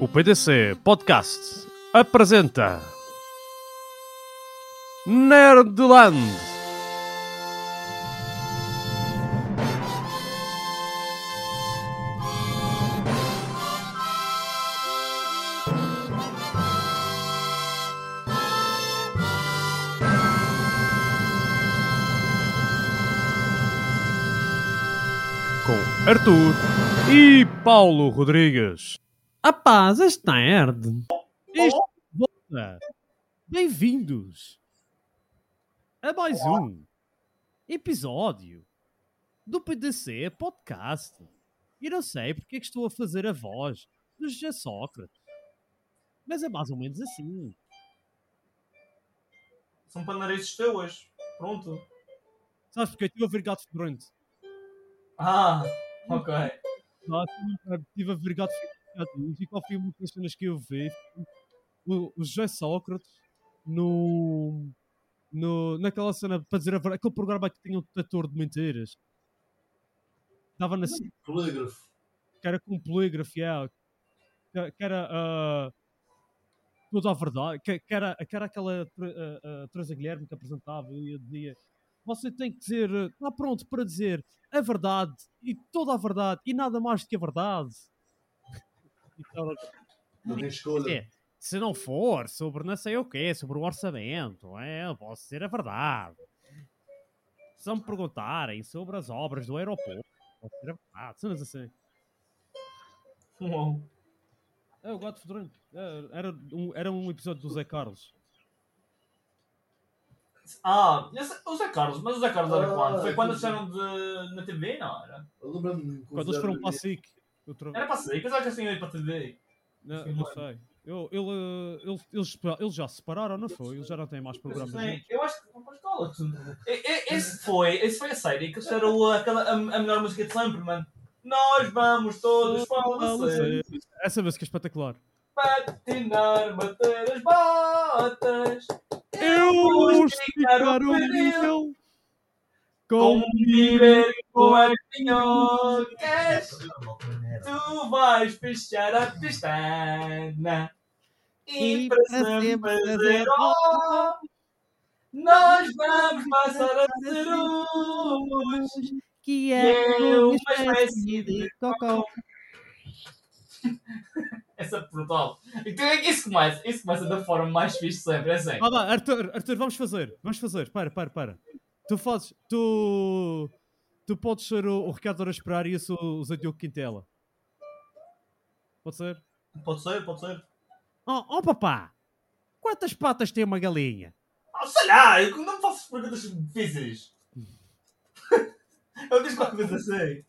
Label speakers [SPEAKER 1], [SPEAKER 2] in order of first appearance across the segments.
[SPEAKER 1] O PDC Podcast apresenta Nerdland. Com Arthur e Paulo Rodrigues.
[SPEAKER 2] Rapaz, este nerd. Isto volta. Bem-vindos a mais um episódio do PDC Podcast. E não sei porque é que estou a fazer a voz do José Sócrates. Mas é mais ou menos assim.
[SPEAKER 3] São panarezes teus. Pronto.
[SPEAKER 2] Sabes porque eu estive a ver gato fedorento.
[SPEAKER 3] Ah, ok.
[SPEAKER 2] Nossa, eu estive a ver gato fedorento. E qual foi uma das cenas que eu vi? O, o José Sócrates no, no, naquela cena para dizer a verdade. Aquele programa que tinha um detector de mentiras. Estava na
[SPEAKER 3] Polígrafo.
[SPEAKER 2] que era com polígrafo, yeah, que, que era ah, toda a verdade, que, que era, que era aquela tra- ah, ah, Teresa Guilherme que apresentava e dizia: Você tem que dizer, ah, está pronto para dizer a verdade e toda a verdade e nada mais do que a verdade. E ela-
[SPEAKER 4] Não tem escolha.
[SPEAKER 2] É, se não for sobre não sei o quê, sobre o orçamento, é, eu posso dizer a verdade. Se não me perguntarem sobre as obras do aeroporto, posso dizer a verdade, cenas assim.
[SPEAKER 3] Uau.
[SPEAKER 2] É, o Gato Fedorento. É, Era um, era um episódio do Zé Carlos.
[SPEAKER 3] Ah, esse- o Zé Carlos, mas o Zé Carlos era
[SPEAKER 4] Ah,
[SPEAKER 3] quando? Foi quando
[SPEAKER 4] pois é.
[SPEAKER 3] disseram de na TV, não era?
[SPEAKER 4] Eu lembro-me
[SPEAKER 2] Quando eles foram para a SIC. Outra...
[SPEAKER 3] Era para sair, pensava que assim ia para a TV.
[SPEAKER 2] eh, Não, não sei. Eu, ele, eh, ele, eles, eles já se separaram, não foi? Eles já não têm mais
[SPEAKER 3] Mas
[SPEAKER 2] programas.
[SPEAKER 3] isso nem-
[SPEAKER 2] juntos.
[SPEAKER 3] Eu acho que foi para a escola. E- e- Esse foi, esse foi a série que fizeram o- aquela, a, a melhor música de sempre, mano. Nós vamos todos para
[SPEAKER 2] Ah, não
[SPEAKER 3] o
[SPEAKER 2] sei.
[SPEAKER 3] Liceu
[SPEAKER 2] Essa vez que é espetacular.
[SPEAKER 3] patinar, bater as botas.
[SPEAKER 2] Eu vou
[SPEAKER 3] vou
[SPEAKER 2] esticar
[SPEAKER 3] um
[SPEAKER 2] o nível com
[SPEAKER 3] Conviver com as minhocas. Tu vais fechar a pestana e, para sempre fazer ó. Nós vamos passar a ser uns.
[SPEAKER 5] que
[SPEAKER 3] é
[SPEAKER 5] é
[SPEAKER 3] uma
[SPEAKER 5] uma
[SPEAKER 3] espécie
[SPEAKER 5] espécie de cocó.
[SPEAKER 3] Essa é brutal. Então é que isso começa, isso começa da forma mais fixe sempre, é assim.
[SPEAKER 2] Ah, vá, Arthur, Arthur, vamos fazer. Vamos fazer. Para, para, para. Tu fazes. Tu. Tu podes ser o, o Ricardo Ora Esperar e eu sou o Zé Diogo Quintela. Pode ser?
[SPEAKER 3] Pode ser, pode ser.
[SPEAKER 2] Oh, oh papá! Quantas patas tem uma galinha?
[SPEAKER 3] Ah, sei lá, eu não faço perguntas difíceis. Eu diz qualquer coisa assim.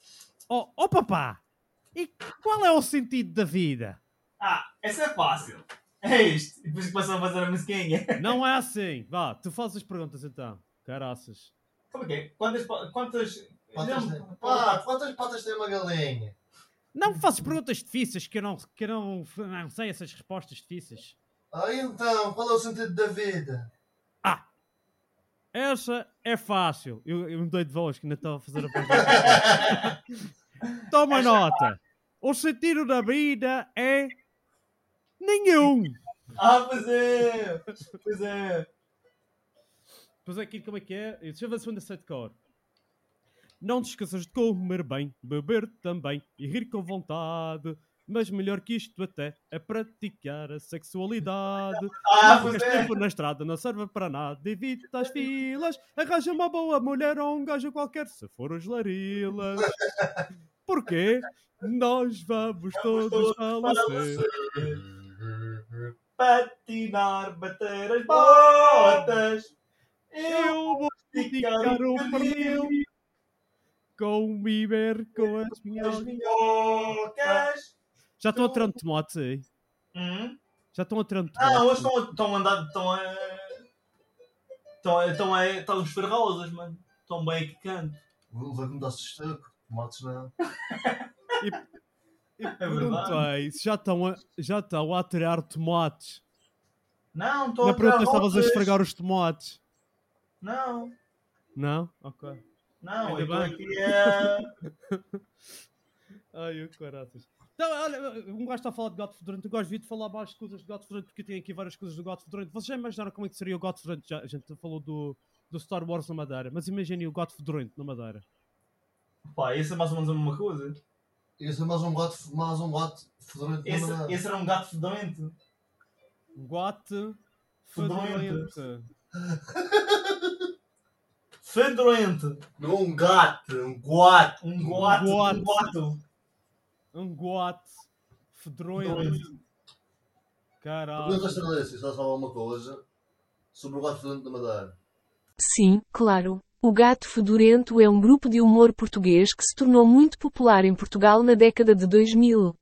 [SPEAKER 2] Oh, oh papá! E qual é o sentido da vida?
[SPEAKER 3] Ah, essa é fácil. É isto. E depois começam a fazer a musiquinha.
[SPEAKER 2] Não é assim! Vá, tu fazes as perguntas então. Caraças.
[SPEAKER 3] Como é que é? Quantas. pa- Quantas.
[SPEAKER 4] Patas tem...
[SPEAKER 3] Não,
[SPEAKER 4] Pá, quantas patas tem uma galinha?
[SPEAKER 2] Não me faças perguntas difíceis que eu não, que eu não, não sei essas respostas difíceis.
[SPEAKER 4] Ah, então, qual é o sentido da vida?
[SPEAKER 2] Essa é fácil. Eu, eu mudei de voz que ainda estava a fazer a pergunta. Toma nota. O sentido da vida é nenhum.
[SPEAKER 3] Ah, pois é! Pois é!
[SPEAKER 2] Pois é, aquilo como é que é? Deixa eu ver se eu ainda sei de cor. Não te esqueças de comer bem, beber também e rir com vontade. Mas melhor que isto até é praticar a sexualidade.
[SPEAKER 3] Ah,
[SPEAKER 2] Não
[SPEAKER 3] pois
[SPEAKER 2] ficas
[SPEAKER 3] é!
[SPEAKER 2] tempo na estrada, não serve para nada. Evita as filas, arranja uma boa mulher ou um gajo qualquer, se for os larilas. Porquê? Nós vamos
[SPEAKER 3] Vamos todos
[SPEAKER 2] todos falecer.
[SPEAKER 3] Patinar, bater as botas. Eu
[SPEAKER 2] Eu vou
[SPEAKER 3] esticar
[SPEAKER 2] indicar
[SPEAKER 3] o
[SPEAKER 2] o pernil com beber com as
[SPEAKER 3] as
[SPEAKER 2] minhas.
[SPEAKER 3] minhocas.
[SPEAKER 2] Já estão a trando de moto aí.
[SPEAKER 3] Hum?
[SPEAKER 2] Já estão a trando de
[SPEAKER 3] Ah, hoje estão,
[SPEAKER 2] moto.
[SPEAKER 3] estão a andar. Estão a. Estão a. Estão, a, estão esferrosas, mano. Estão bem aqui canto.
[SPEAKER 4] Leva-me de assustar, porque motos não.
[SPEAKER 2] E
[SPEAKER 3] É verdade.
[SPEAKER 2] perguntei se já estão a, já estão a tirar tomates.
[SPEAKER 3] Não, estou
[SPEAKER 2] Na
[SPEAKER 3] a tirar
[SPEAKER 2] pergunta estavas a
[SPEAKER 3] notas.
[SPEAKER 2] esfregar os tomates.
[SPEAKER 3] Não,
[SPEAKER 2] Não? Ok.
[SPEAKER 3] não,
[SPEAKER 2] Ainda
[SPEAKER 3] eu estou
[SPEAKER 2] bem.
[SPEAKER 3] aqui a.
[SPEAKER 2] Ai, eu caraças. Então, olha, um gajo está a falar de Godfrey Durant. Eu gosto de falar mais coisas de Godfrey Durant, porque eu tenho aqui várias coisas do Godfrey Durant. Vocês já imaginaram como é que seria o Godfrey Durant? Já, a gente falou do, do Star Wars na Madeira, mas imaginem o Godfrey Durant na Madeira.
[SPEAKER 3] Pá, isso é mais ou menos a mesma coisa.
[SPEAKER 4] Esse é mais um gato, mais um gato fedorento na
[SPEAKER 3] Esse,
[SPEAKER 4] madeira.
[SPEAKER 3] esse era um gato fedorento.
[SPEAKER 2] Um Gote
[SPEAKER 3] Fedorento.
[SPEAKER 2] Fedorento.
[SPEAKER 3] Fedorento.
[SPEAKER 4] Não um gato, um guato.
[SPEAKER 3] Um guato.
[SPEAKER 2] guato.
[SPEAKER 3] Um guato.
[SPEAKER 2] Um gote fedorento.
[SPEAKER 3] Fedorento.
[SPEAKER 2] Caralho.
[SPEAKER 4] Pergunta a Alice, é só falar uma coisa sobre o gato fedorento na madeira.
[SPEAKER 6] Sim, claro. O Gato Fedorento é um grupo de humor português que se tornou muito popular em Portugal na década de 2000.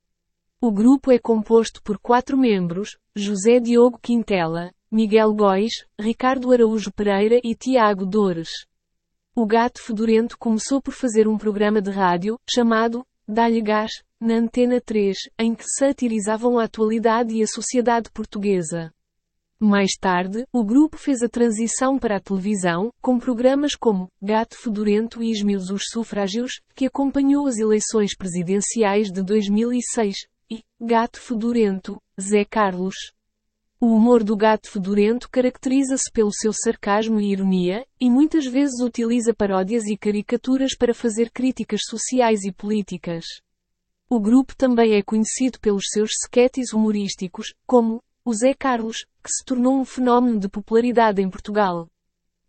[SPEAKER 6] O grupo é composto por quatro membros: José Diogo Quintela, Miguel Góis, Ricardo Araújo Pereira e Tiago Dores. O Gato Fedorento começou por fazer um programa de rádio, chamado Dá-lhe Gás, na Antena 3, em que satirizavam a atualidade e a sociedade portuguesa. Mais tarde, o grupo fez a transição para a televisão, com programas como Gato Fedorento e Esmios os Sufrágios, que acompanhou as eleições presidenciais de 2006, e Gato Fedorento, Zé Carlos. O humor do gato fedorento caracteriza-se pelo seu sarcasmo e ironia, e muitas vezes utiliza paródias e caricaturas para fazer críticas sociais e políticas. O grupo também é conhecido pelos seus sketches humorísticos, como o Zé Carlos, que se tornou um fenómeno de popularidade em Portugal.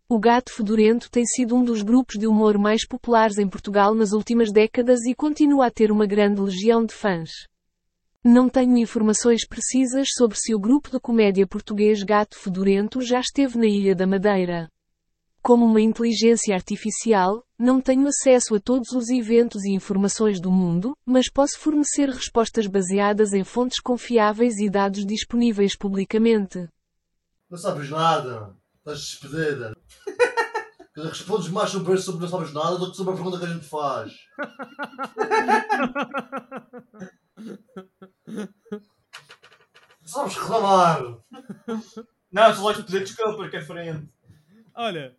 [SPEAKER 6] O Gato Fedorento tem sido um dos grupos de humor mais populares em Portugal nas últimas décadas e continua a ter uma grande legião de fãs. Não tenho informações precisas sobre se o grupo de comédia português Gato Fedorento já esteve na Ilha da Madeira. Como uma inteligência artificial, não tenho acesso a todos os eventos e informações do mundo, mas posso fornecer respostas baseadas em fontes confiáveis e dados disponíveis publicamente.
[SPEAKER 4] Não sabes nada. Estás despedida. Quer dizer, Respondes mais sobre isso, sobre não sabes nada, do que sobre a pergunta que a gente faz. sabes reclamar.
[SPEAKER 3] Não, só vais pedir desculpas, que é diferente.
[SPEAKER 2] Olha,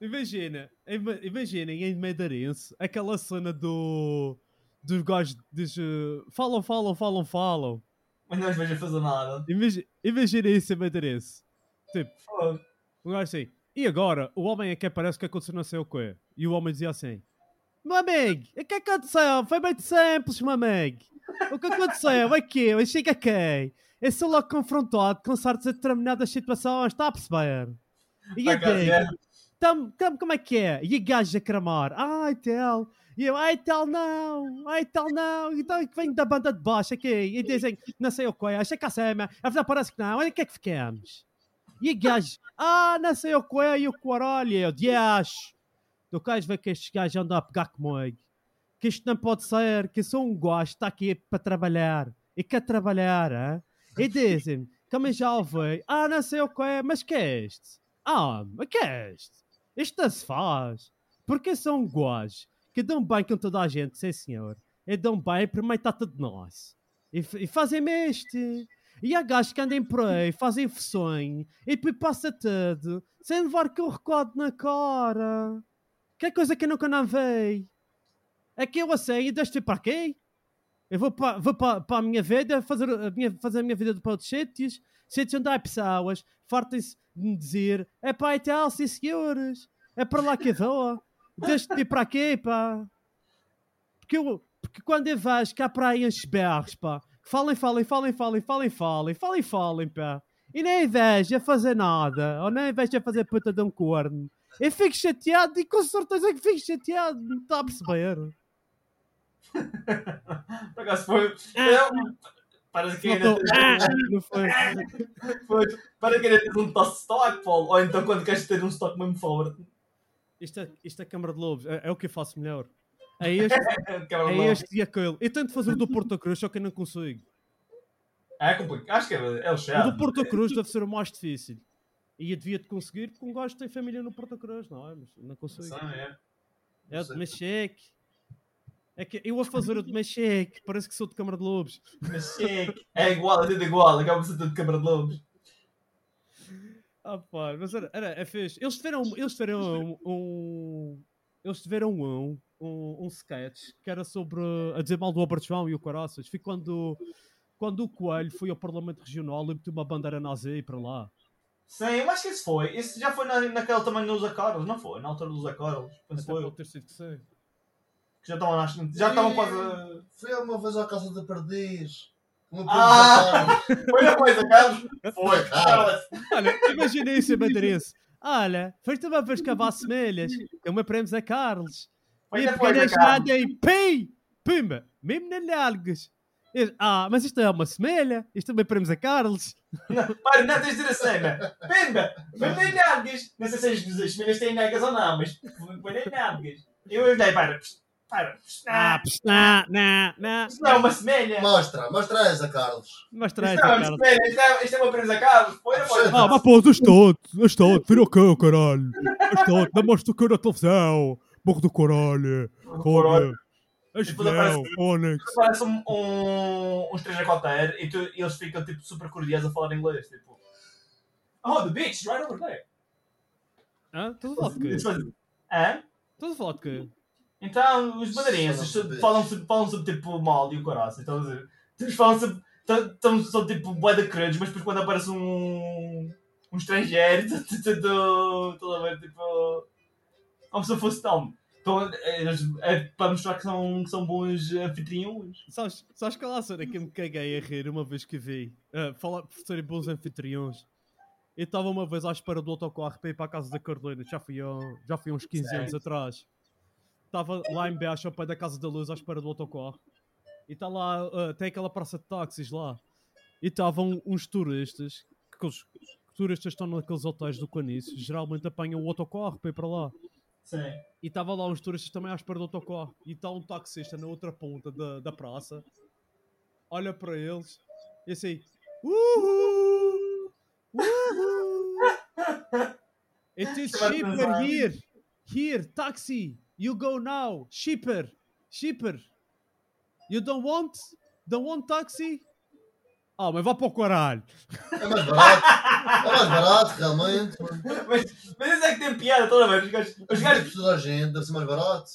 [SPEAKER 2] imagina, ima- imaginem em Madeirense aquela cena do. dos gajos. Diz, eh, falam, falam, falam, falam.
[SPEAKER 3] Mas não as vejo a fazer nada.
[SPEAKER 2] Imagi- Imaginem isso em Madeirense.
[SPEAKER 3] Fogo.
[SPEAKER 2] Um gajo assim. E agora, o homem é que aparece que aconteceu não sei o quê. E o homem dizia assim: Meu amigo, o que aconteceu? Foi muito simples, meu amigo. O que aconteceu é que eu, eu chego aqui. Eu sou logo confrontado com certas determinadas situações, está a perceber? E eu
[SPEAKER 3] Por acaso, é.
[SPEAKER 2] digo, "Tam- tam- como é que é? E o gajo a cramar, ai tal, e eu, ai tal não, ai tal não, então é que venho da banda de baixo aqui, e dizem, não sei o que, achei que é a cima, afinal parece que não, olha o que é que ficamos. E o gajo, ah, não sei o que, e o caralho, eu, diacho. Tu queres ver que estes gajos andam a pegar comigo? Que isto não pode ser, que eu sou um gajo que está aqui para trabalhar, e quer trabalhar, hein? e dizem-me, também já ouvi, ah, não sei o que é, mas que é este? Ah, mas que é este? Isto não se faz. Porque são um guajo que dão bem com toda a gente, sim senhor. E dão bem por metade de nós. E, f- e fazem-me este. E há gajos que andam por aí, fazem fessões, e depois passa tudo, sem levar que eu recorde na cara. Que é coisa que eu nunca não vi. É que eu assim, e deixo-te para quê? Eu vou para, vou para, para a minha vida, fazer a minha, fazer a minha vida para outros sítios, sítios onde há pessoas, fartem-se de me dizer, é pá, e tal, sim senhores, é para lá que eu vou, deixa-te ir para aqui, pá. Porque, eu, porque quando eu vejo cá para aí estes berros, pá, que falem, falem, falem, falem, falem, falem, falem, falem, pá, e nem vejo a fazer nada, ou nem vejo a fazer puta de um corno, eu fico chateado e com certeza que fico chateado, não está a perceber?
[SPEAKER 3] Por acaso foi. É Eu- Para quem ainda
[SPEAKER 2] Faltou. Ah, não foi.
[SPEAKER 3] foi- para quem ainda tens um tosse de stock, Paulo. Ou então quando queres ter um stock mesmo forward.
[SPEAKER 2] Isto é, isto é Câmara de Lobos. É, é o que eu faço melhor. É este,
[SPEAKER 3] Quebra
[SPEAKER 2] é
[SPEAKER 3] é,
[SPEAKER 2] este e aquele. Eu tento fazer o do Porto Cruz, só que eu não consigo.
[SPEAKER 3] é complicado. Acho que é, é o
[SPEAKER 2] O
[SPEAKER 3] chato.
[SPEAKER 2] do Porto Cruz deve ser o mais difícil. E eu devia-te conseguir, porque um gajo tem família no Porto Cruz, não é? Mas não consigo.
[SPEAKER 3] É.
[SPEAKER 2] É o de
[SPEAKER 4] sei.
[SPEAKER 2] Mexeque. É que eu a fazer o de Mexeque, parece que sou de Câmara de Lobos.
[SPEAKER 3] Mas chique. É igual, é tudo igual. Acaba sendo tudo de câmara de lobos.
[SPEAKER 2] Ah, pá, mas era, era é fixe. Eles tiveram, eles tiveram um, um- Eles tiveram um, um, um sketch que era sobre a dizer mal do Albert João e o Caraças. Foi quando, quando o Coelho foi ao Parlamento Regional e meteu uma bandeira nazi para lá.
[SPEAKER 3] Sim, eu acho que isso foi. Isso já foi na, naquela também nos Carlos, não foi? Na altura dos Carlos. Penso
[SPEAKER 2] Até
[SPEAKER 3] eu.
[SPEAKER 2] pode ter sido que sim.
[SPEAKER 3] Que Já estavam na- já estavam quase.
[SPEAKER 4] Fui uma vez à Calça de Perdiz. Uma
[SPEAKER 3] Ah!
[SPEAKER 4] pergunta.
[SPEAKER 3] Foi a coisa, Carlos? Foi,
[SPEAKER 4] Carlos.
[SPEAKER 2] Olha, imagina isso, Madeirense. Olha, foste uma vez cavar semelhas, que o meu prémio é Carlos.
[SPEAKER 3] Foi
[SPEAKER 2] e
[SPEAKER 3] depois,
[SPEAKER 2] peguei
[SPEAKER 3] é Carlos.
[SPEAKER 2] nada em PEI! Pimba! Mesmo na Largas! Ele, Ah, mas isto é uma semelha! Isto também para a Carlos!
[SPEAKER 3] Não, para, não é, tens de ter a cena. Pimba, mas nem nádegas. Não sei se as duas meninas têm nádegas ou não, mas foi nem nádegas. Eu olhei, para, pss, para, pss,
[SPEAKER 2] Ah,
[SPEAKER 3] não,
[SPEAKER 2] pss, não, não, não!
[SPEAKER 3] isto não é uma semelha.
[SPEAKER 4] Mostra, mostra essa, Carlos.
[SPEAKER 2] Mas traz
[SPEAKER 3] Isto não é uma
[SPEAKER 2] Carlos!
[SPEAKER 3] semelha, isto é- isto é uma presa Carlos. Foi, não foi?
[SPEAKER 2] Ah, mas pô, os todos! Os todos! Vira o cão, caralho! Os todos! Não mostra o cão na televisão! Morro do caralho! Olha! És
[SPEAKER 3] Tipo, aparece-
[SPEAKER 2] fiel, Onyx!
[SPEAKER 3] Parece um, um, uns três a coteiro e, tu- e eles ficam tipo, super cordiais a falar inglês. Tipo, oh, the beach, right over there.
[SPEAKER 2] Hã? Estás a falar de quê?
[SPEAKER 3] Eles fazem, Hã?
[SPEAKER 2] Estás a falar de quê?
[SPEAKER 3] Então, os madeirenses
[SPEAKER 4] Son of a bitch.
[SPEAKER 3] falam sobre, falam sobre tipo mal e o coração. Estão a dizer. Eles falam sobre. Estão sobre tipo bué de credos, mas depois quando aparece um. um estrangeiro, estou a ver tipo. Como se eu fosse tal. Então, eles- é para mostrar que são, que são bons anfitriões.
[SPEAKER 2] Sabes, sabes que lá a cena que eu me caguei a rir uma vez que vi? Ah, falar por serem bons anfitriões. Eu estava uma vez à espera do autocarro para ir para a casa da Carolina, já fui, há- um, já fui há uns 15 anos atrás. Estava lá em baixo, ao pé da Casa da Luz, à espera do autocarro. E está lá, ah, tem aquela praça de táxis lá. E estavam uns turistas, que os que turistas estão naqueles hotéis do Canice, geralmente apanham o autocarro para ir para lá.
[SPEAKER 3] Sim.
[SPEAKER 2] E estava lá uns turistas também à espera do autocarro. E está um taxista na outra ponta da, da praça. Olha para eles. E assim. Uhul! Uhul! It is cheaper here! Here, taxi! You go now! Cheaper! Cheaper! You don't want? Don't want taxi? Ah, mas vá para o caralho!
[SPEAKER 4] É mais barato. É mais barato, realmente.
[SPEAKER 3] Mas, mas isso é que tem piada toda vez. Os gajos, os gajos
[SPEAKER 4] Deve toda a gente, deve ser mais barato.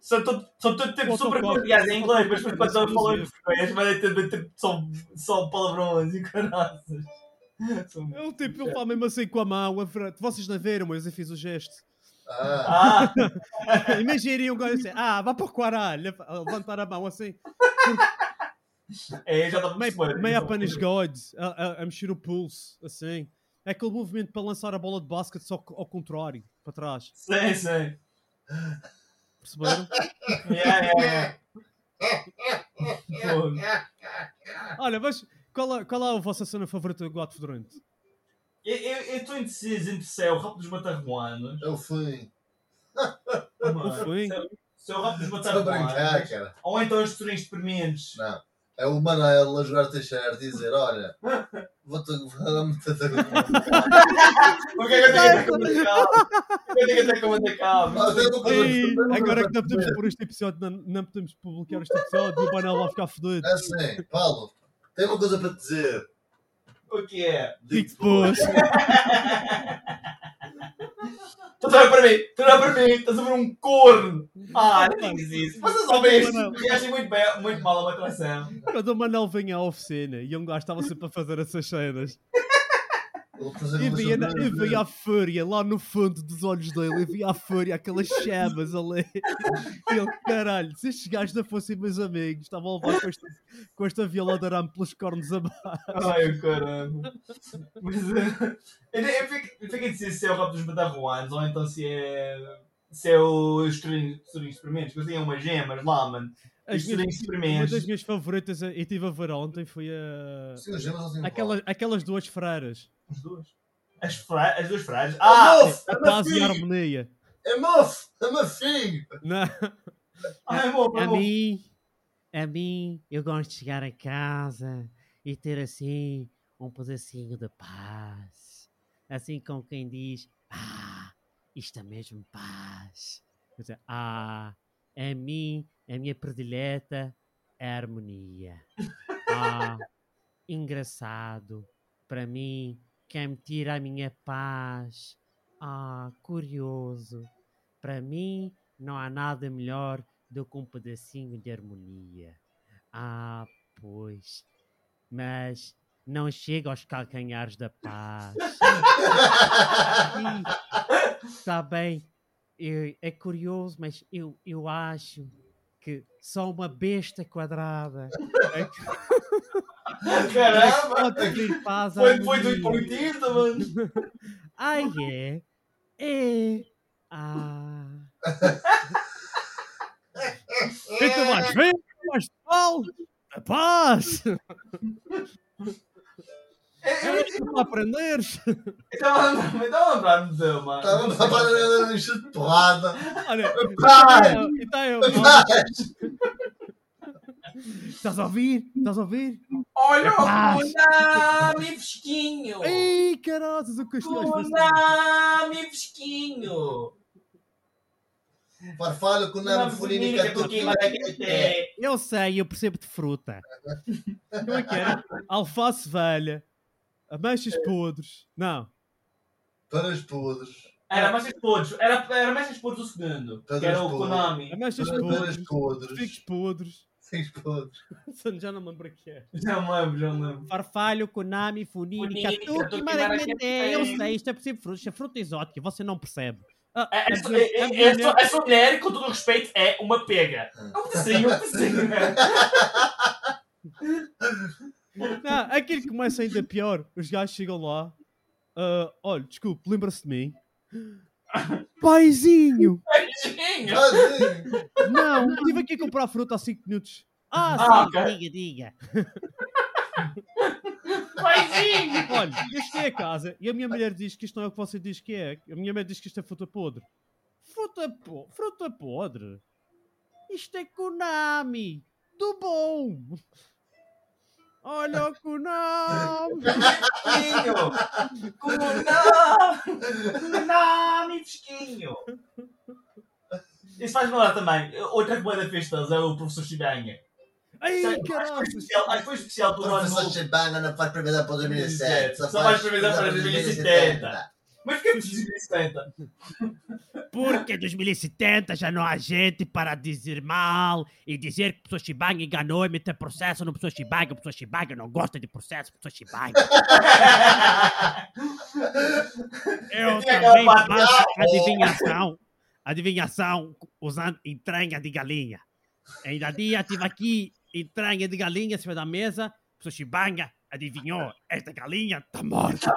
[SPEAKER 3] são todo, são todo tempo super
[SPEAKER 2] Autocoque.
[SPEAKER 3] cordiais em inglês, mas depois quando
[SPEAKER 2] Autocoque.
[SPEAKER 3] eles falam em português, mas é todo tempo só, só palavrões e caraças. São-
[SPEAKER 2] Ele tipo, ele fala mesmo assim com a mão, a frente. Vocês não viram, mas eu fiz o gesto.
[SPEAKER 4] Ah,
[SPEAKER 3] Ah,
[SPEAKER 2] Imaginem um gajo assim, ah, vá para o caralho, a levantar a mão assim,
[SPEAKER 3] é, já está
[SPEAKER 2] meio, meio a panis God, a, a, a mexer o pulso, assim. É aquele movimento para lançar a bola de basquete só que ao contrário, para trás.
[SPEAKER 3] Sim, sim.
[SPEAKER 2] Perceberam?
[SPEAKER 3] Yeah, yeah, yeah. Fogo.
[SPEAKER 2] Olha, mas qual é, qual é a vossa cena favorita do Gato Fedorento?
[SPEAKER 3] Eu- Eu eu estou indeciso entre se é o rap dos matarruanos.
[SPEAKER 4] é o fim.
[SPEAKER 2] O fim?
[SPEAKER 3] Se é o rap dos
[SPEAKER 4] Estou a brincar,
[SPEAKER 3] matarruanos.
[SPEAKER 4] cara.
[SPEAKER 3] Ou então os turinhos de permentes.
[SPEAKER 4] Não. É o Manel a jogar t-shirt e dizer: Olha, vou-te meter
[SPEAKER 3] O que é que eu tenho a comandar cá? O que é que eu tenho a comandar cá?
[SPEAKER 2] Ei, agora é que não podemos pôr este episódio, não, não podemos publicar este episódio e o Banel vai ficar fodido.
[SPEAKER 4] É assim, Paulo, tenho uma coisa para te dizer.
[SPEAKER 3] O que é?
[SPEAKER 2] Digo depois.
[SPEAKER 3] Estás a olhar para mim, estás a olhar para mim, estás a ver um corno. Ah, não digas isso. Vocês ouvem isto, reagem muito, bem, muito mal a uma traição.
[SPEAKER 2] Quando o Manel vinha à oficina e um gajo estava sempre a fazer essas cenas,
[SPEAKER 4] Vou fazer
[SPEAKER 2] E
[SPEAKER 4] uma
[SPEAKER 2] via, na- e
[SPEAKER 4] surpresa.
[SPEAKER 2] via a fúria lá no fundo dos olhos dele, e via a fúria, aquelas chamas ali. E ele, caralho, se estes gajos não fossem meus amigos, estavam a levar com esta, com esta viola de arame pelos cornos abaixo.
[SPEAKER 3] Ai, o caramba. Mas eh, eu, eu fico, eu fico a dizer se é o rap dos Badarruanos ou então se é seus estranhos experimentos, que eles tinham umas gemas lá, mano.
[SPEAKER 2] As
[SPEAKER 3] Isso tem
[SPEAKER 2] minhas-
[SPEAKER 3] experiência.
[SPEAKER 2] uma das minhas favoritas, eu tive a ver ontem, foi a.
[SPEAKER 4] Sim, as gemas assim,
[SPEAKER 2] Aquelas, aquelas duas freiras.
[SPEAKER 3] As duas. As, fra... as duas frases.
[SPEAKER 4] Ah,
[SPEAKER 3] Ah!
[SPEAKER 4] moço!
[SPEAKER 2] A
[SPEAKER 4] É
[SPEAKER 2] paz e a
[SPEAKER 4] meu filho!
[SPEAKER 2] harmonia.
[SPEAKER 4] É moço! É meu filho!
[SPEAKER 2] Não.
[SPEAKER 3] Ai, é amor,
[SPEAKER 2] É
[SPEAKER 5] A
[SPEAKER 3] amor.
[SPEAKER 5] mim, a mim, eu gosto de chegar a casa e ter assim um pedacinho de paz. Assim como quem diz, ah, isto é mesmo paz. Quer dizer, ah, a mim, a minha predileta é a harmonia. Ah, engraçado, para mim, quem me tira a minha paz. Ah, curioso, para mim não há nada melhor deu com um pedacinho de harmonia. Ah, pois. Mas não chega aos calcanhares da paz. Está tá bem. Eu- é curioso, mas eu, eu acho que só uma besta quadrada é que- é que
[SPEAKER 3] Caramba!
[SPEAKER 2] pode abrir paz à
[SPEAKER 3] Foi, foi do
[SPEAKER 2] harmonia.
[SPEAKER 3] hipnotista, mano.
[SPEAKER 5] Ai, é. É. Ah.
[SPEAKER 2] Eita, mais bem, mais mal. A paz!
[SPEAKER 3] É,
[SPEAKER 2] É isto para aprenderes.
[SPEAKER 3] Estava a lembrar-me de uma.
[SPEAKER 4] Estava Tá, a parar de encher de porrada.
[SPEAKER 2] Olha,
[SPEAKER 4] Paz!
[SPEAKER 2] então eu- então eu- Estás a ouvir? Estás a ouvir?
[SPEAKER 3] Olha
[SPEAKER 2] Ah.
[SPEAKER 3] o Konami
[SPEAKER 2] Oh.
[SPEAKER 3] Vesquinho!
[SPEAKER 2] Ei, caralho, o castelho.
[SPEAKER 3] Konami Vesquinho!
[SPEAKER 4] Farfalho com nome
[SPEAKER 3] é
[SPEAKER 4] furínica
[SPEAKER 2] Eu sei, eu percebo de fruta. Como é que era? Alface velha, ameixas podres. Não,
[SPEAKER 4] Para os podres.
[SPEAKER 3] Era mais exposto, era, era mais exposto o segundo,
[SPEAKER 4] Todas
[SPEAKER 3] que era o
[SPEAKER 4] boas.
[SPEAKER 3] Konami.
[SPEAKER 2] ameixas
[SPEAKER 4] Para os
[SPEAKER 2] podres,
[SPEAKER 4] podres.
[SPEAKER 2] figos podres.
[SPEAKER 4] Sim, os podres.
[SPEAKER 2] Já não me lembro o que é.
[SPEAKER 3] Já me lembro, já me lembro.
[SPEAKER 2] Farfalho, Konami, Funini,
[SPEAKER 3] Funini,
[SPEAKER 2] Katuki,
[SPEAKER 3] Katuki,
[SPEAKER 2] Maracanã. Eu
[SPEAKER 3] Maracaté.
[SPEAKER 2] sei, isto é possível fruta, isto é fruta exótica, você não percebe. Ah,
[SPEAKER 3] É,
[SPEAKER 2] a
[SPEAKER 3] é,
[SPEAKER 2] minha-
[SPEAKER 3] é,
[SPEAKER 2] a
[SPEAKER 3] é,
[SPEAKER 2] minha
[SPEAKER 3] é, só- é só mulher, com todo o respeito, é uma pega. É um pedacinho, um pedacinho.
[SPEAKER 2] Não, Ah, aquilo que começa ainda pior. Os gajos chegam lá. ah, olha, desculpe, lembra-se de mim. Paizinho!
[SPEAKER 3] Beijinho.
[SPEAKER 4] Ah, sim!
[SPEAKER 2] Não, estive aqui a comprar fruta há 5 minutos. Ah,
[SPEAKER 3] Ah,
[SPEAKER 2] sim,
[SPEAKER 3] ok.
[SPEAKER 2] diga, diga.
[SPEAKER 3] Beijinho.
[SPEAKER 2] Olha, eu cheguei a casa e a minha mulher diz que isto não é o que você diz que é. A minha mulher diz que isto é fruta podre. Fruta, po fruta podre? Isto é Konami! Do bom! Olha o Konami!
[SPEAKER 3] Vesquinho. Konami. Konami Vesquinho. Isso faz-me lembrar também. Outra coisa festas é o professor Chibanha.
[SPEAKER 2] Ai,
[SPEAKER 3] Acho que foi
[SPEAKER 2] caralho!
[SPEAKER 3] especial- acho que foi especial do ano
[SPEAKER 4] Professor
[SPEAKER 3] novo.
[SPEAKER 4] Chibana não faz previsão para 2007.
[SPEAKER 3] Só faz previsão para 2070. Mas fiquei desistente.
[SPEAKER 2] Porque 2070 já não há gente para dizer mal e dizer que pessoa Shibang enganou e meter processo no pessoa Shibang. Pessoa Shibang não gosta de processo, pessoa Shibang. Eu
[SPEAKER 3] Tem aquela
[SPEAKER 2] também
[SPEAKER 3] patada.
[SPEAKER 2] faço adivinhação. Adivinhação usando entranha de galinha. Ainda dia tive aqui entranha de galinha em cima da mesa. Pessoa Shibanga adivinhou. Esta galinha tá está morta.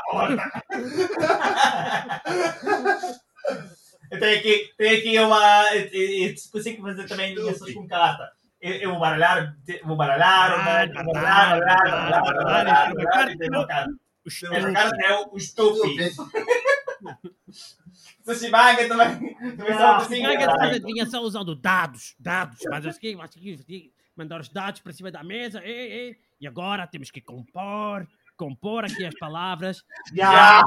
[SPEAKER 3] Eu tenho aqui, tenho aqui uma. Eu, eu, eu consigo fazer também ligações com carta. Eu, eu vou baralhar, te- vou baralhar, vou baralhar, vou baralhar, vou baralhar, vou baralhar, vou baralhar, e tem uma carta. Tem uma carta, é o estúpido. Se se baga também, também só assim.
[SPEAKER 2] Ninguém faz
[SPEAKER 3] caralho.
[SPEAKER 2] adivinhação usando dados, dados, mas eu sei, mas eu sei, mandar os dados para cima da mesa, ei, ei, e agora temos que compor, compor aqui as palavras
[SPEAKER 3] Já!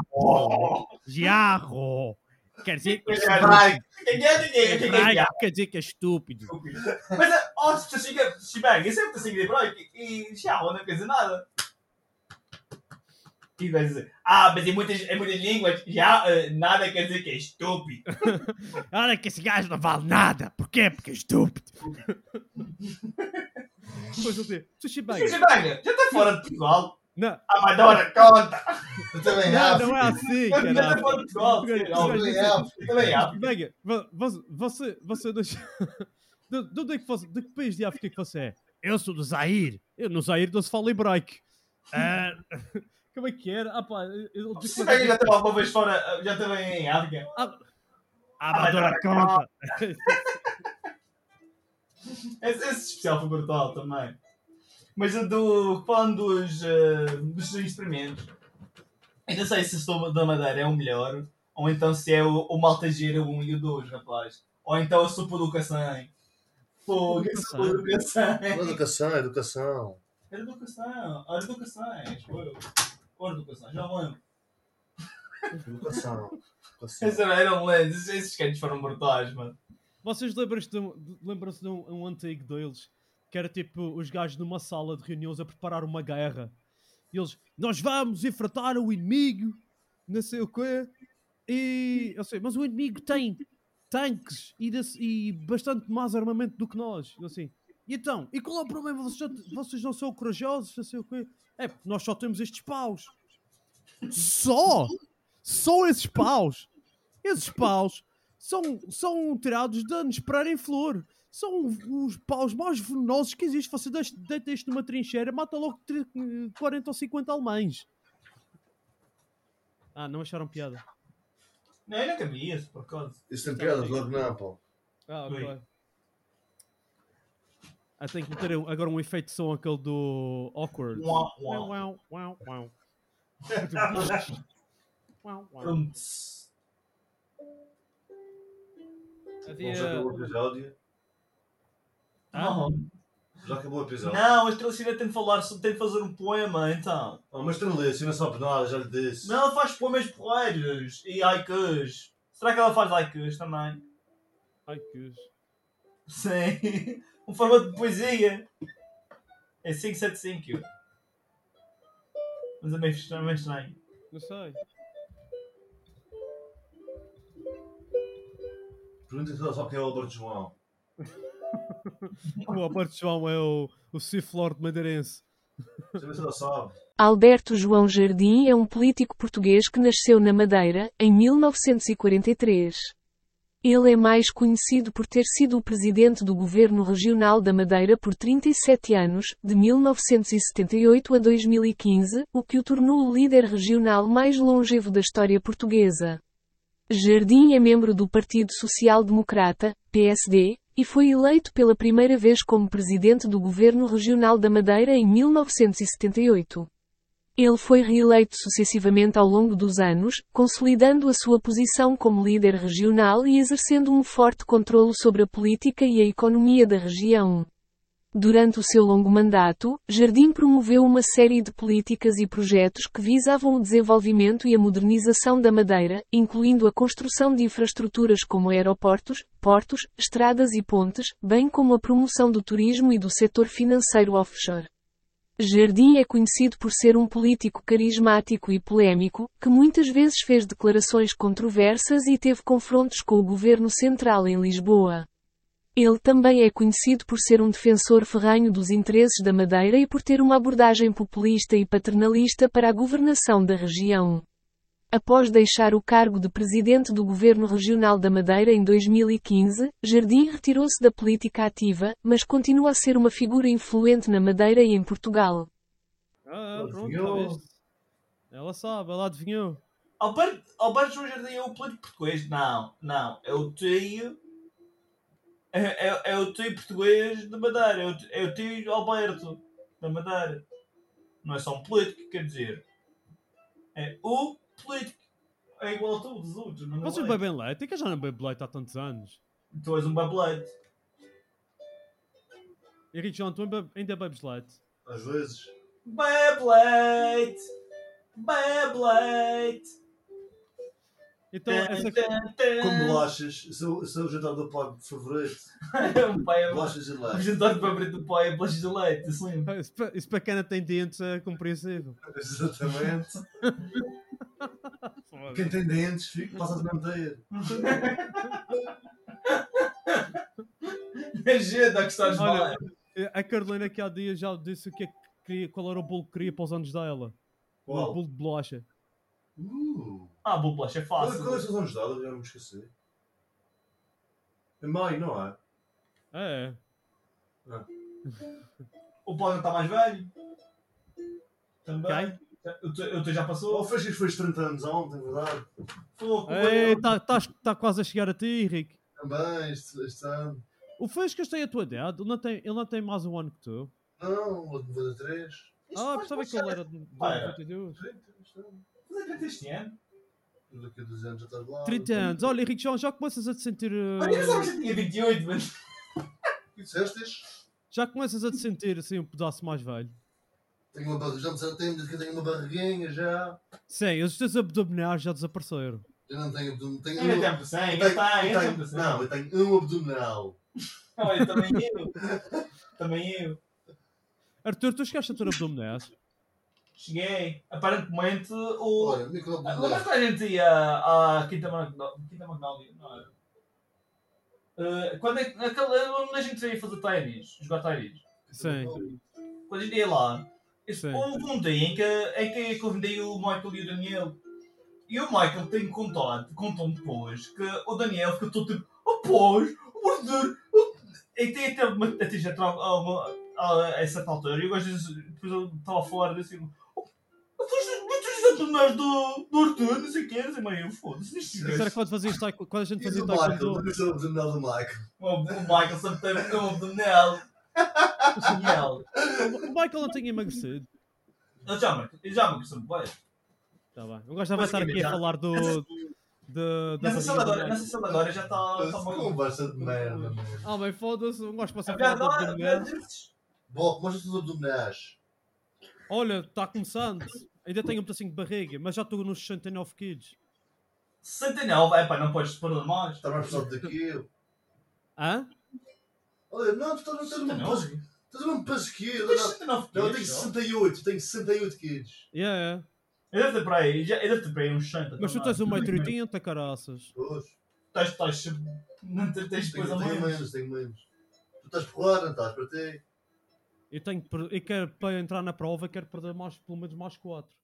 [SPEAKER 2] jarro, quer dizer que
[SPEAKER 3] Vai. Quem é ninguém? Quem é
[SPEAKER 2] é
[SPEAKER 3] ninguém?
[SPEAKER 2] quer dizer que é estúpido.
[SPEAKER 3] Mas, é, ó, se chega, se bem, eu sempre assim de branco e já, eu não quer dizer nada. E vai dizer, ah, mas em muitas, em muitas línguas, já, eh, nada quer dizer que é estúpido.
[SPEAKER 2] Olha que esse gajo não vale nada, porquê? Porque é estúpido. Pois eu sei, sushi
[SPEAKER 3] Mas, se bem, já está fora de Portugal.
[SPEAKER 2] Não,
[SPEAKER 3] A Madonna conta.
[SPEAKER 4] Eu também
[SPEAKER 2] não,
[SPEAKER 4] acho.
[SPEAKER 2] não é assim,
[SPEAKER 3] Já está
[SPEAKER 2] caralho.
[SPEAKER 3] fora de Portugal. sei lá.
[SPEAKER 4] Eu também acho.
[SPEAKER 3] Eu Também há.
[SPEAKER 2] Mega, vo- vo- você, você deixa. De, de onde é que você, de que país de África que você é? Eu sou do Zaire. Eu no Zaire não se fala hebraico. Ah, como é que era? Ah, pá, eu- eu-
[SPEAKER 3] é Se bem, já estava uma vez fora, já estava em África.
[SPEAKER 2] Ah, Abadora conta.
[SPEAKER 3] Esse, esse especial foi brutal também. Mas o do. Falando dos, eh, dos experimentos, eu não sei se estou da Madeira é o melhor, ou então se é o, o Maltageira 1 e o 2, rapaz. Ou então a Supo do Caçanho. Fogo, a Supo do Caçanho.
[SPEAKER 4] Educação, educação.
[SPEAKER 3] Era do Caçanho, era do Caçanho, foi. Era do Caçanho, já me lembro.
[SPEAKER 4] Educação. educação.
[SPEAKER 3] Esses eram- eram lendas, né? esses- esses sketches foram brutais, mano.
[SPEAKER 2] Vocês lembram-se de, um- de- lembram-se de um, um antigo deles que era tipo os gajos numa sala de reuniões a preparar uma guerra. E eles, nós vamos enfrentar o inimigo, não sei o quê. E eu sei, mas o inimigo tem tanques e, desse- e bastante mais armamento do que nós. Eu assim, e então, e qual é o problema? Vocês, já- vocês não são corajosos, não sei o quê. É, porque nós só temos estes paus. Só! Só esses paus! Esses paus são, são tirados de anos para em flor. São os paus mais venenosos que existe. Você deixa- deita isto numa trincheira, mata logo tri- 40 ou 50 alemães. Ah, não acharam piada.
[SPEAKER 3] Não, eu nunca vi isso, por causa.
[SPEAKER 4] Isso tem piada, logo não, pô.
[SPEAKER 2] Ah,
[SPEAKER 3] ok.
[SPEAKER 2] ok. Ah, tenho que meter um- agora um efeito de som, aquele do awkward.
[SPEAKER 3] Uau,
[SPEAKER 2] Uau,
[SPEAKER 3] uau.
[SPEAKER 2] uau, uau, uau. Uau, uau.
[SPEAKER 3] Pronto.
[SPEAKER 4] Bom, já acabou
[SPEAKER 2] Havia...
[SPEAKER 4] o episódio.
[SPEAKER 2] Ah,
[SPEAKER 3] Não,
[SPEAKER 4] Já acabou o episódio.
[SPEAKER 3] não, a Estrela tem de falar, sobre- tem de fazer um poema, então.
[SPEAKER 4] Oh, mas tu não lês, eu não sabe nada, já lhe disse.
[SPEAKER 3] Não, ela faz poemas porreiros e haikus. Será que ela faz haikus também?
[SPEAKER 2] ai, que...
[SPEAKER 3] Sim. Um formato de poesia. É 575. Mas é meio estranho. Meio estranho.
[SPEAKER 2] Não sei.
[SPEAKER 4] Pergunta se ela sabe quem é o Alberto João.
[SPEAKER 2] O Alberto João é o, o Sif Lord madeirense.
[SPEAKER 4] Sabe se ela sabe.
[SPEAKER 6] Alberto João Jardim é um político português que nasceu na Madeira, em 1943. Ele é mais conhecido por ter sido o presidente do Governo Regional da Madeira por 37 anos, de 1978 a 2015, o que o tornou o líder regional mais longevo da história portuguesa. Jardim é membro do Partido Social Democrata, PSD, e foi eleito pela primeira vez como presidente do Governo Regional da Madeira em 1978. Ele foi reeleito sucessivamente ao longo dos anos, consolidando a sua posição como líder regional e exercendo um forte controlo sobre a política e a economia da região. Durante o seu longo mandato, Jardim promoveu uma série de políticas e projetos que visavam o desenvolvimento e a modernização da Madeira, incluindo a construção de infraestruturas como aeroportos, portos, estradas e pontes, bem como a promoção do turismo e do setor financeiro offshore. Jardim é conhecido por ser um político carismático e polémico, que muitas vezes fez declarações controversas e teve confrontos com o governo central em Lisboa. Ele também é conhecido por ser um defensor ferranho dos interesses da Madeira e por ter uma abordagem populista e paternalista para a governação da região. Após deixar o cargo de presidente do Governo Regional da Madeira em 2015, Jardim retirou-se da política ativa, mas continua a ser uma figura influente na Madeira e em Portugal.
[SPEAKER 2] Ah,
[SPEAKER 4] Ela
[SPEAKER 2] pronto,
[SPEAKER 4] adivinhou.
[SPEAKER 2] já viste. Ela sabe, ela adivinhou.
[SPEAKER 3] Alberto, Alberto João Jardim é o político português? Não, não. É o tio. É, é, é o tio português de Madeira. É o, tio- é o tio Alberto da Madeira. Não é só um político, quer dizer. É o político. É igual a todos os outros. Não é
[SPEAKER 2] Vocês
[SPEAKER 3] leite.
[SPEAKER 2] bebem leite? É que eu já não bebo leite há tantos anos.
[SPEAKER 3] Tu és um babelete.
[SPEAKER 2] Henrique João, tu ainda- ainda bebes leite?
[SPEAKER 4] Às vezes.
[SPEAKER 3] Beyblade! Beyblade!
[SPEAKER 2] Então,
[SPEAKER 3] É,
[SPEAKER 2] essa...
[SPEAKER 4] Como bolachas, esse é o esse é o jantar do pai favorito.
[SPEAKER 3] Um pai é
[SPEAKER 4] Bolachas e
[SPEAKER 3] O
[SPEAKER 4] leite.
[SPEAKER 3] jantar de pobre do pai é bolachas de leite, isso lembro.
[SPEAKER 2] Isso pa- isso para quem não tem dentes é compreensível.
[SPEAKER 4] Exatamente. Quem tem dentes, fica- passa a não ter.
[SPEAKER 3] Imagina É que estás mal.
[SPEAKER 2] Olha, a Carolina que há dias já disse o que é que queria, qual era o bolo que queria para os anos dela. Um
[SPEAKER 4] Uau.
[SPEAKER 2] bolo de bolacha.
[SPEAKER 4] Uh.
[SPEAKER 3] Ah, boa bolacha é
[SPEAKER 4] Qual é qual é a
[SPEAKER 3] fácil.
[SPEAKER 4] sua ajudada? Já me esqueci. É maio, não é?
[SPEAKER 2] É, é.
[SPEAKER 3] O Paulo não está mais velho. tá Também.
[SPEAKER 2] Quem?
[SPEAKER 3] O teu, o teu já
[SPEAKER 4] Ou
[SPEAKER 3] passou?
[SPEAKER 4] fez isto fez 30 anos ontem, é verdade?
[SPEAKER 3] Fogo, eu-
[SPEAKER 2] Está tá, quase a chegar a ti, Henrique.
[SPEAKER 4] Também, este, este ano.
[SPEAKER 2] O Fuscas tem a tua idade, ele não tem, ele não tem mais um ano que tu.
[SPEAKER 4] Não, 93.
[SPEAKER 3] Isto
[SPEAKER 2] Ah,
[SPEAKER 3] faz
[SPEAKER 2] pensava que
[SPEAKER 3] baixar-
[SPEAKER 2] ele era de de
[SPEAKER 3] Olha.
[SPEAKER 2] 92.
[SPEAKER 3] Mas é que este ano.
[SPEAKER 4] Daqui a 2 anos já estás lá.
[SPEAKER 2] 30 anos. Olha, Henrique, já, já começas a te sentir. uh,
[SPEAKER 3] Olha, eu pensava que já tinha 28, mas.
[SPEAKER 4] Disseste?
[SPEAKER 2] Já começas a te sentir assim um pedaço mais velho.
[SPEAKER 4] Tenho uma barriga, já me disseram, tenho, que tenho uma barriguinha já.
[SPEAKER 2] Sim, os teus abdominais já desapareceram.
[SPEAKER 4] Eu não tenho abdômen. Tenho
[SPEAKER 3] Ainda
[SPEAKER 4] uma-
[SPEAKER 3] tempo sem,
[SPEAKER 4] eu
[SPEAKER 3] ainda
[SPEAKER 4] tenho-
[SPEAKER 3] está,
[SPEAKER 4] eu
[SPEAKER 3] ainda
[SPEAKER 4] tenho-
[SPEAKER 3] tempo sem.
[SPEAKER 4] Não, eu tenho um abdominal.
[SPEAKER 3] Olha, também eu. também eu.
[SPEAKER 2] Arthur, tu chegaste a ter abdominais?
[SPEAKER 3] Cheguei. Aparentemente, o.
[SPEAKER 4] Olha,
[SPEAKER 3] Ah,
[SPEAKER 4] um microabdominal.
[SPEAKER 3] Lembras-te que a gente ia à Quinta Magno- Quinta Magnolia? Não era? Ah, quando é que- aquela- onde a gente ia fazer tainis, jogar tainis.
[SPEAKER 2] Sim.
[SPEAKER 3] Quando a gente ia lá, esse-
[SPEAKER 2] Sim.
[SPEAKER 3] houve um dia em que, em que convidei o Michael e o Daniel. E o Michael tem contado, contou depois que o Daniel ficou todo tipo, oh pois, o Arthur, oh." e tem até uma atingir a, uma- a, a certa altura, e eu gosto disso, depois eu estava a falar assim, oh, mas tu és- mas tu és abdominais do, do Arthur, não sei o que, assim, mas eu foda-se, isto
[SPEAKER 2] Isso era
[SPEAKER 3] gajo."
[SPEAKER 2] quando fazias taekwondo. Quando a gente
[SPEAKER 4] E do
[SPEAKER 2] fazia
[SPEAKER 4] Michael,
[SPEAKER 2] taekwondo.
[SPEAKER 4] do seu abdominal do Michael.
[SPEAKER 3] o, o Michael sempre teve um abdominal. Genial.
[SPEAKER 2] O Michael não tinha emagrecido.
[SPEAKER 3] Eu já me, eu "Ah, já me gostei muito bem.
[SPEAKER 2] Tá bem. Eu gostava de
[SPEAKER 3] Mas
[SPEAKER 2] estar
[SPEAKER 3] que
[SPEAKER 2] aqui a
[SPEAKER 3] bizarro.
[SPEAKER 2] falar do. de- da
[SPEAKER 3] Nessa sala
[SPEAKER 2] barriga do
[SPEAKER 3] agora,
[SPEAKER 2] Michael.
[SPEAKER 3] nessa sala agora já está tá
[SPEAKER 4] Essa
[SPEAKER 3] maluco.
[SPEAKER 4] Conversa de merda, mano.
[SPEAKER 2] Ah, bem, foda-se, não gosto de passar por
[SPEAKER 3] Agora,
[SPEAKER 2] lado de
[SPEAKER 3] agora,
[SPEAKER 2] abdominais.
[SPEAKER 4] Bom, mostra-te os abdominais.
[SPEAKER 2] Olha, está começando. Ainda tenho um pedacinho de barriga, mas já estou nos 69 quilos.
[SPEAKER 3] 69, é pá, não podes parar mais.
[SPEAKER 4] Está mais pesado daquilo.
[SPEAKER 2] Hã?
[SPEAKER 4] Olha, não, tu estás a ter um peso.
[SPEAKER 3] 69?
[SPEAKER 4] Estás a um peso que eu.
[SPEAKER 3] Tens
[SPEAKER 4] Não,
[SPEAKER 3] 69
[SPEAKER 4] não, eu
[SPEAKER 3] quilos,
[SPEAKER 4] tenho
[SPEAKER 3] só?
[SPEAKER 4] 68, tenho 68 quilos.
[SPEAKER 2] Yeah, yeah.
[SPEAKER 3] Eu devo ter para aí, já- eu devo ter para aí uns 60.
[SPEAKER 2] Mas tu
[SPEAKER 3] também.
[SPEAKER 2] tens 1,80m, caraças.
[SPEAKER 4] Pois.
[SPEAKER 3] Tens, tens, não tens, tens
[SPEAKER 4] Tenho,
[SPEAKER 3] coisa
[SPEAKER 4] tenho
[SPEAKER 3] mais.
[SPEAKER 4] menos, tenho menos. Tu estás porrada, não estás para ti.
[SPEAKER 2] Eu tenho que per- eu quero para entrar na prova, quero perder mais, pelo menos mais 4.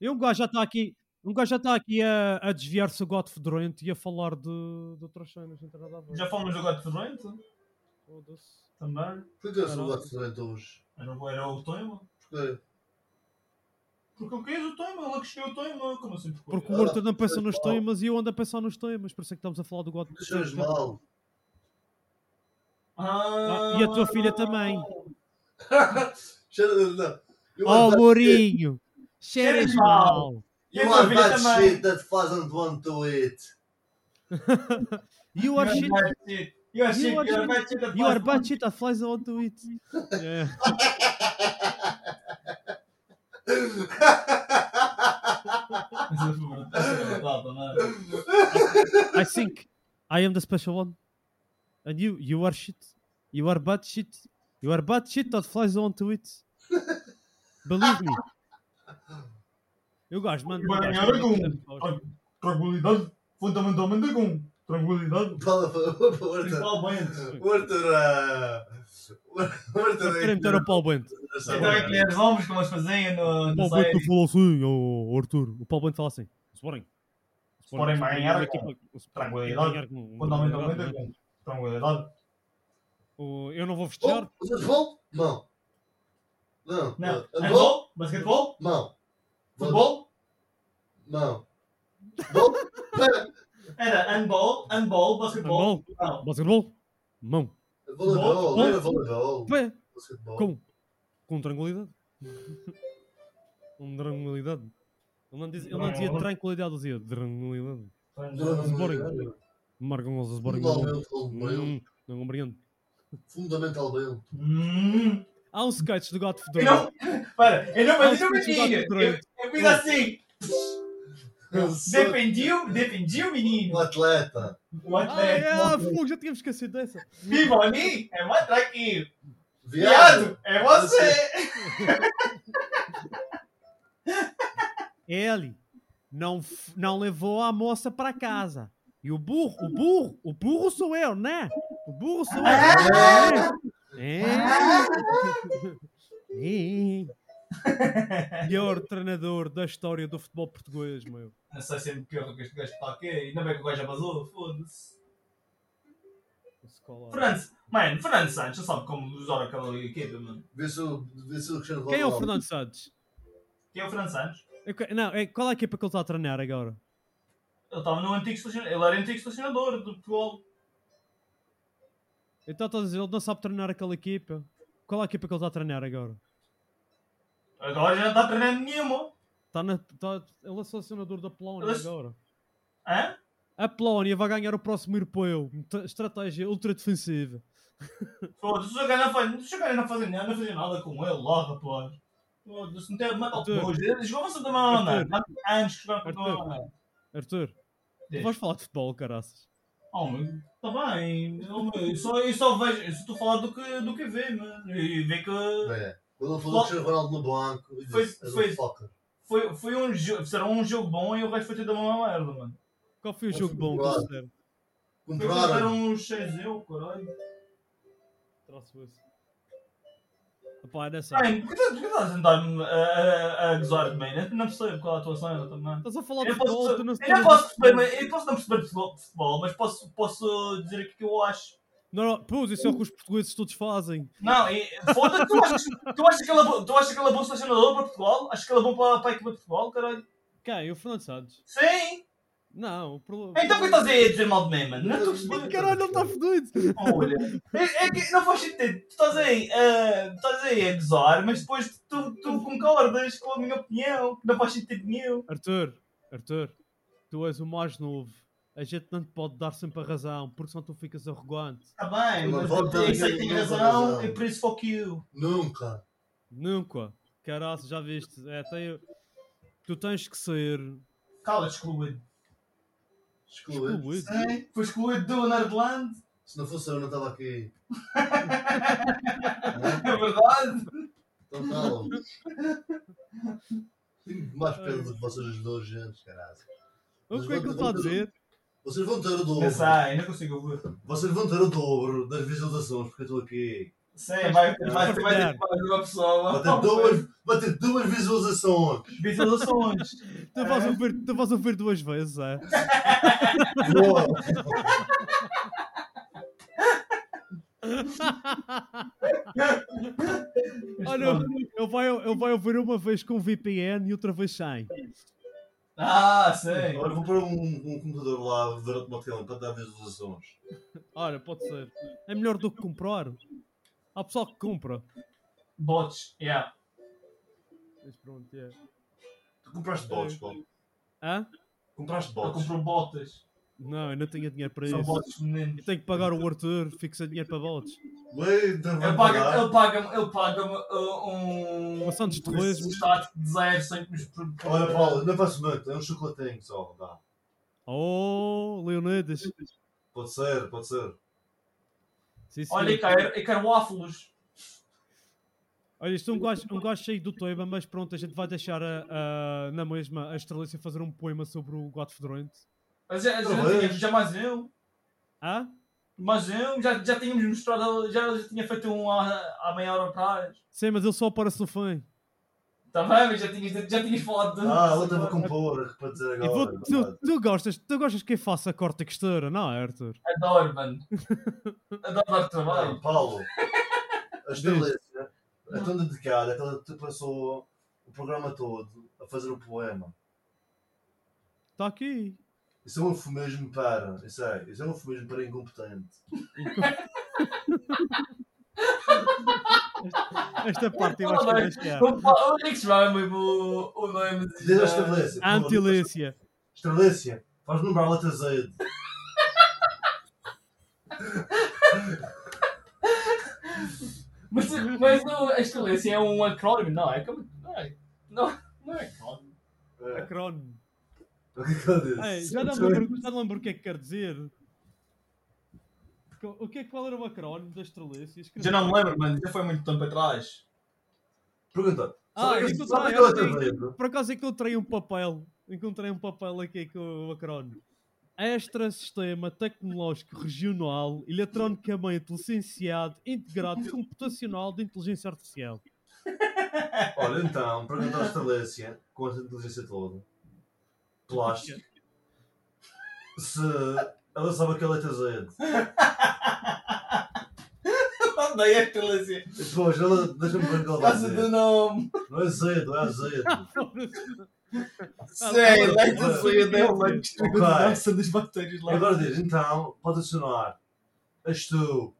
[SPEAKER 2] E um gajo já está aqui. Um gajo já está aqui a, a desviar-se do God Fedorento e a falar de, de outras cenas, não tem nada a ver.
[SPEAKER 3] Já fomos jogar de Ferrento
[SPEAKER 2] Foda-se.
[SPEAKER 3] também.
[SPEAKER 4] Porquê que eu sou
[SPEAKER 2] Caralho.
[SPEAKER 4] o acidente hoje?
[SPEAKER 3] Era, o- era o Toima.
[SPEAKER 4] Porquê?
[SPEAKER 3] Porque eu quis o Toima, ele que escolheu o Toima. Como assim?
[SPEAKER 2] Porque
[SPEAKER 3] eu-
[SPEAKER 2] o Arthur não pensa nos temas e eu ando a pensar nos temas, por isso é que estamos a falar do God
[SPEAKER 4] Tu cheiras mal.
[SPEAKER 3] Ah,
[SPEAKER 2] Ah, e a tua filha também.
[SPEAKER 4] Cheira- não. Eu
[SPEAKER 2] Oh,
[SPEAKER 4] ando-
[SPEAKER 2] Mourinho! Cheiras
[SPEAKER 3] Cheiras
[SPEAKER 2] mal!
[SPEAKER 3] E a
[SPEAKER 4] You
[SPEAKER 3] tua
[SPEAKER 4] are
[SPEAKER 3] filha
[SPEAKER 4] that
[SPEAKER 3] também.
[SPEAKER 4] shit that doesn't want to eat.
[SPEAKER 2] You are shit!
[SPEAKER 3] You are
[SPEAKER 2] You
[SPEAKER 3] shit. You are
[SPEAKER 2] are shit.
[SPEAKER 3] bad shit. at
[SPEAKER 2] You are
[SPEAKER 3] last.
[SPEAKER 2] bad shit that flies onto it! Yeah. I think I am the special one. And you, you are shit. You are bad shit. You are bad shit that flies onto it. Believe me. Eu gosto, mano.
[SPEAKER 3] Vai ganhar algum. Tranquilidade, fundamentalmente algum. Tranquilidade.
[SPEAKER 4] Fala para o Arthur.
[SPEAKER 3] Principalmente.
[SPEAKER 4] O Arthur. ah, O Arthur.
[SPEAKER 2] Querem meter o Paulo Bento.
[SPEAKER 3] Então é que os homens como eles faziam no,
[SPEAKER 2] O
[SPEAKER 3] no
[SPEAKER 2] Paulo Bento
[SPEAKER 3] série.
[SPEAKER 2] falou assim, o Arthur. O Paulo Bento fala assim. Sporting.
[SPEAKER 3] Sporting vai ganhar com
[SPEAKER 2] tipo,
[SPEAKER 3] tranquilidade, Fundamentalmente
[SPEAKER 2] Tranquilidade.
[SPEAKER 3] algum. Tranquilidade.
[SPEAKER 2] né? Eu não vou
[SPEAKER 4] Oh,
[SPEAKER 2] festejar.
[SPEAKER 4] Futebol? Mão. Não.
[SPEAKER 3] Não.
[SPEAKER 4] Ah, Handball?
[SPEAKER 3] Handball, basquetebol,
[SPEAKER 4] Mão.
[SPEAKER 3] futebol.
[SPEAKER 4] Mão. Bom? Pera.
[SPEAKER 3] Era handball, handball, basquetebol.
[SPEAKER 2] Handball.
[SPEAKER 3] Não.
[SPEAKER 2] Basquetebol. Mão.
[SPEAKER 4] Voleibol.
[SPEAKER 3] Bom.
[SPEAKER 4] Era voleibol.
[SPEAKER 2] Pé.
[SPEAKER 4] Basquetebol.
[SPEAKER 2] Com. Com tranquilidade. Com tranquilidade. Ele não, diz, ele não dizia tranquilidade, ele dizia tranquilidade. Sporting. Marcam os Sporting.
[SPEAKER 4] Fundamentalmente. um
[SPEAKER 2] Hum, Não compreendo.
[SPEAKER 4] Fundamentalmente.
[SPEAKER 3] Hum.
[SPEAKER 2] Há um sketch do Gato
[SPEAKER 3] Eu
[SPEAKER 2] Fedorento.
[SPEAKER 3] não. Para, eu não
[SPEAKER 2] Não,
[SPEAKER 3] eu não
[SPEAKER 2] se fosse
[SPEAKER 3] menino.
[SPEAKER 2] jogar
[SPEAKER 3] Eu- Eu fiz assim.
[SPEAKER 4] Eu sou
[SPEAKER 3] Defendiu, defendiu o menino.
[SPEAKER 4] Um atleta.
[SPEAKER 3] O
[SPEAKER 2] Ah, é,
[SPEAKER 3] atleta.
[SPEAKER 2] ah, fogo, já tínhamos esquecido dessa.
[SPEAKER 3] Viva a mim, é mais tranquilo.
[SPEAKER 4] Viado.
[SPEAKER 3] Viado, é você.
[SPEAKER 2] Ele não, f- não levou a moça para casa. E o burro, o burro, o burro sou eu, né? O burro sou eu. É. É. Pior treinador da história do futebol português, meu.
[SPEAKER 3] Não sei se é pior que este gajo está aqui. Ainda bem que o gajo abasou, foda-se. Fernando, mano, Fernando Santos, já sabe como usar aquela equipa, mano.
[SPEAKER 4] Vê se o vê se o Cristiano
[SPEAKER 2] Quem é o
[SPEAKER 4] Ronaldo-
[SPEAKER 2] Fernando Santos?
[SPEAKER 3] Que é o Fran Santos.
[SPEAKER 2] Eu que- Não, é- qual é a equipa que ele está a treinar agora?
[SPEAKER 3] Ele estava no antigo selecionador. Ele era antigo selecionador do futebol.
[SPEAKER 2] Então estou a dizer, ele não sabe treinar aquela equipa. Qual é a equipa que ele está a treinar agora?
[SPEAKER 3] Agora já não está treinando nenhuma.
[SPEAKER 2] Está na, está- ele é selecionador da Polónia
[SPEAKER 3] Mas-
[SPEAKER 2] agora.
[SPEAKER 3] Hã?
[SPEAKER 2] A Polónia vai ganhar o próximo europeu. Meta- Estratégia ultradefensiva.
[SPEAKER 3] Foda-se, o Zagalhão faz- se o Zagalhão não fazia nada, não fazia nada com ele lá, rapaz. Foda-se, não tem mata
[SPEAKER 2] Arthur.
[SPEAKER 3] hoje. Eles vão se tomar uma
[SPEAKER 2] Arthur.
[SPEAKER 3] maneira. Há anos que vão tomar uma
[SPEAKER 2] Arthur.
[SPEAKER 3] maneira.
[SPEAKER 2] Arthur, tu
[SPEAKER 3] Diz.
[SPEAKER 2] vais falar de futebol, caraças.
[SPEAKER 3] Oh, mas tá bem. Eu, eu só, eu só vejo, eu só estou a falar do que, do que vê, mano. E vê que
[SPEAKER 4] É. Quando eu falei que tinha o Ronaldo no banco, eu
[SPEAKER 3] Foi-
[SPEAKER 4] disse, era
[SPEAKER 3] foi-
[SPEAKER 4] um fucker.
[SPEAKER 3] foi, foi um jogo, fizeram um jogo bom e o resto foi tudo uma merda, mano.
[SPEAKER 2] Qual foi o
[SPEAKER 4] Mas
[SPEAKER 2] jogo bom que
[SPEAKER 4] claro.
[SPEAKER 2] eles deram?
[SPEAKER 3] Foi um- que fizeram
[SPEAKER 4] Compraram.
[SPEAKER 3] uns 6 euros, caralho.
[SPEAKER 2] Troço esse. Epá, não sei.
[SPEAKER 3] Ai, por que tá, por que estás a tentar-me a, a, a gozar de mim? Eu não percebo qual é a atuação eu também.
[SPEAKER 2] Estás a falar de
[SPEAKER 3] Eu
[SPEAKER 2] futebol,
[SPEAKER 3] posso,
[SPEAKER 2] tu não é
[SPEAKER 3] eu não posso perceber, mas- eu posso não perceber de futebol- de futebol, mas posso, posso dizer aqui o que eu acho.
[SPEAKER 2] Não, não, pois, isso é o que os portugueses todos fazem.
[SPEAKER 3] Não, e- foda-se, tu achas, tu achas que ele é bom- tu achas que ele é bom selecionador para Portugal? Achas que ele é bom para, para a equipa de Portugal, caralho?
[SPEAKER 2] Quem? O Fernando Santos?
[SPEAKER 3] Sim!
[SPEAKER 2] Não, o problema...
[SPEAKER 3] Então por que estás aí a dizer mal de mim, mano? Não estou a perceber.
[SPEAKER 2] Caralho, ele tá está fodido!
[SPEAKER 3] Olha, é, é que não faz sentido. Tu estás aí, ah, tu estás aí a gozar, mas depois tu, tu concordas com a minha opinião. que Não faz sentido nenhum.
[SPEAKER 2] Arthur, Arthur, tu és o mais novo. A gente não te pode dar sempre a razão, porque senão tu ficas arrogante.
[SPEAKER 3] Está Tá bem,
[SPEAKER 4] Uma
[SPEAKER 3] mas
[SPEAKER 4] volta
[SPEAKER 3] eu sei que
[SPEAKER 4] ali,
[SPEAKER 3] tem
[SPEAKER 4] uma
[SPEAKER 3] razão
[SPEAKER 4] razão.
[SPEAKER 3] e por isso fuck you.
[SPEAKER 4] Nunca.
[SPEAKER 2] Nunca. Caraca, já viste? É, tem- Tu tens que ser...
[SPEAKER 3] Cala, excluído.
[SPEAKER 4] Excluído.
[SPEAKER 2] excluído.
[SPEAKER 3] Sim, Foi excluído do Nerdland.
[SPEAKER 4] Se não fosse eu, não estava aqui.
[SPEAKER 3] É verdade.
[SPEAKER 4] Então tá, ó. Tenho mais pena do que vocês os dois gente, caralho.
[SPEAKER 2] O que é que ele está a dizer?
[SPEAKER 4] Vocês vão ter o
[SPEAKER 3] Não
[SPEAKER 4] dobro.
[SPEAKER 3] sei, não consigo ouvir.
[SPEAKER 4] Vocês vão ter o dobro das visualizações, porque eu estou aqui.
[SPEAKER 3] Sim, vai, vai, vai ter
[SPEAKER 2] partilhar.
[SPEAKER 3] mais uma
[SPEAKER 4] Vai
[SPEAKER 3] pessoa.
[SPEAKER 4] ter duas, vai ter duas visualizações.
[SPEAKER 3] Visualizações.
[SPEAKER 2] Tu vais ouvir, tu vais ouvir duas vezes, é?
[SPEAKER 4] Boa.
[SPEAKER 2] Olha, ele vai, ele vai ouvir uma vez com VPN e outra vez sem.
[SPEAKER 3] Ah, sim.
[SPEAKER 4] Agora vou pôr um, um computador lá durante uma tela para dar visualizações.
[SPEAKER 2] Olha, pode ser. É melhor do que comprar. Há pessoal que compra.
[SPEAKER 3] Bots, yeah.
[SPEAKER 2] Mas pronto, é.
[SPEAKER 4] Tu compraste bots, pô.
[SPEAKER 2] Hã?
[SPEAKER 4] Compraste
[SPEAKER 3] Eu
[SPEAKER 4] bots.
[SPEAKER 3] compro botas.
[SPEAKER 2] Não, eu não tenho dinheiro para
[SPEAKER 3] São
[SPEAKER 2] isso.
[SPEAKER 3] botas meninos.
[SPEAKER 2] Eu tenho que pagar o Arthur, fico sem dinheiro para bots.
[SPEAKER 4] Ué, então vai
[SPEAKER 3] Ele paga-me
[SPEAKER 4] pagar.
[SPEAKER 3] ele paga ele paga um.
[SPEAKER 2] Uma ação de terrorismo.
[SPEAKER 3] Um estado de deserto sem que nos. pro- pro-
[SPEAKER 4] Olha, Paulo, não faço muito, é um chocolatinho só. Dá.
[SPEAKER 2] Oh, Leonidas.
[SPEAKER 4] Pode ser, pode ser.
[SPEAKER 2] Sim, senhor.
[SPEAKER 3] Olha, eu quero, eu quero waffles.
[SPEAKER 2] Olha, isto é um gajo, um gajo cheio do Toiba, mas pronto, a gente vai deixar a- a- na mesma a Estrelícia fazer um poema sobre o Godfrey Durant.
[SPEAKER 3] Mas já, já,
[SPEAKER 4] Talvez.
[SPEAKER 3] tínhamos- já mais eu.
[SPEAKER 2] Hã?
[SPEAKER 3] Mais eu. Já, já tínhamos mostrado. Já, já tinha feito um há, há meia hora atrás.
[SPEAKER 2] Sim, mas ele só aparece no fim.
[SPEAKER 3] Está bem, mas já tinhas, já tinhas falado de.
[SPEAKER 4] Ah, outra vou compor para dizer
[SPEAKER 2] E vou-
[SPEAKER 4] agora.
[SPEAKER 2] tu, tu gostas, tu gostas que eu faça corte e costura, não é, Arthur?
[SPEAKER 3] Adoro, mano. Adoro dar trabalho.
[SPEAKER 4] Ah, Paulo, a Estelícia é tão dedicada que ela te passou o programa todo a fazer o poema.
[SPEAKER 2] Está aqui.
[SPEAKER 4] Isso é um eufemismo para. Isso é, isso é um eufemismo para incompetente.
[SPEAKER 2] Esta parte eu acho que eu
[SPEAKER 3] Parabéns.
[SPEAKER 2] deixei.
[SPEAKER 3] Como fala- Onde é que se vai mesmo o- o nome?
[SPEAKER 2] Ah,
[SPEAKER 3] de-
[SPEAKER 4] Diz a Estelícia. por favor.
[SPEAKER 2] Antilícia.
[SPEAKER 4] Estelícia, faz lembrar a letra Z.
[SPEAKER 3] Mas, mas o- a excelência é um acrónimo, não é? Como, não, é não, não é acrónimo.
[SPEAKER 4] É,
[SPEAKER 2] Acrónimo.
[SPEAKER 4] o que é que eu disse?
[SPEAKER 2] Ei, já, não me lembro, já não lembro o que é que quer dizer. Co- O que é, qual era o acrónimo da Estrelícia?
[SPEAKER 3] Já não me lembro, mano. Já foi muito tempo atrás.
[SPEAKER 4] Pergunta.
[SPEAKER 2] Ah,
[SPEAKER 4] sabe- é
[SPEAKER 2] isso
[SPEAKER 4] sabe
[SPEAKER 2] tá,
[SPEAKER 4] aquela
[SPEAKER 2] eu tenho-
[SPEAKER 4] tabela?
[SPEAKER 2] Por acaso encontrei um papel. Encontrei um papel aqui com o acrónimo. Extra Sistema Tecnológico Regional, eletronicamente licenciado, integrado, computacional de inteligência artificial.
[SPEAKER 4] Olha, então, pergunta à Estelícia, com essa inteligência toda, plástico, é se ela sabe aquela letra Z.
[SPEAKER 3] What Daí é pelância.
[SPEAKER 4] Pois, ela deixa-me ver
[SPEAKER 3] Por
[SPEAKER 4] qual
[SPEAKER 3] causa do nome.
[SPEAKER 4] Não é azedo, é azedo.
[SPEAKER 3] Sei,
[SPEAKER 4] não,
[SPEAKER 3] Lex
[SPEAKER 4] não,
[SPEAKER 3] Azevedo é uma discriminação das bactérias lá.
[SPEAKER 4] Agora diz, então, pode acionar. És tu.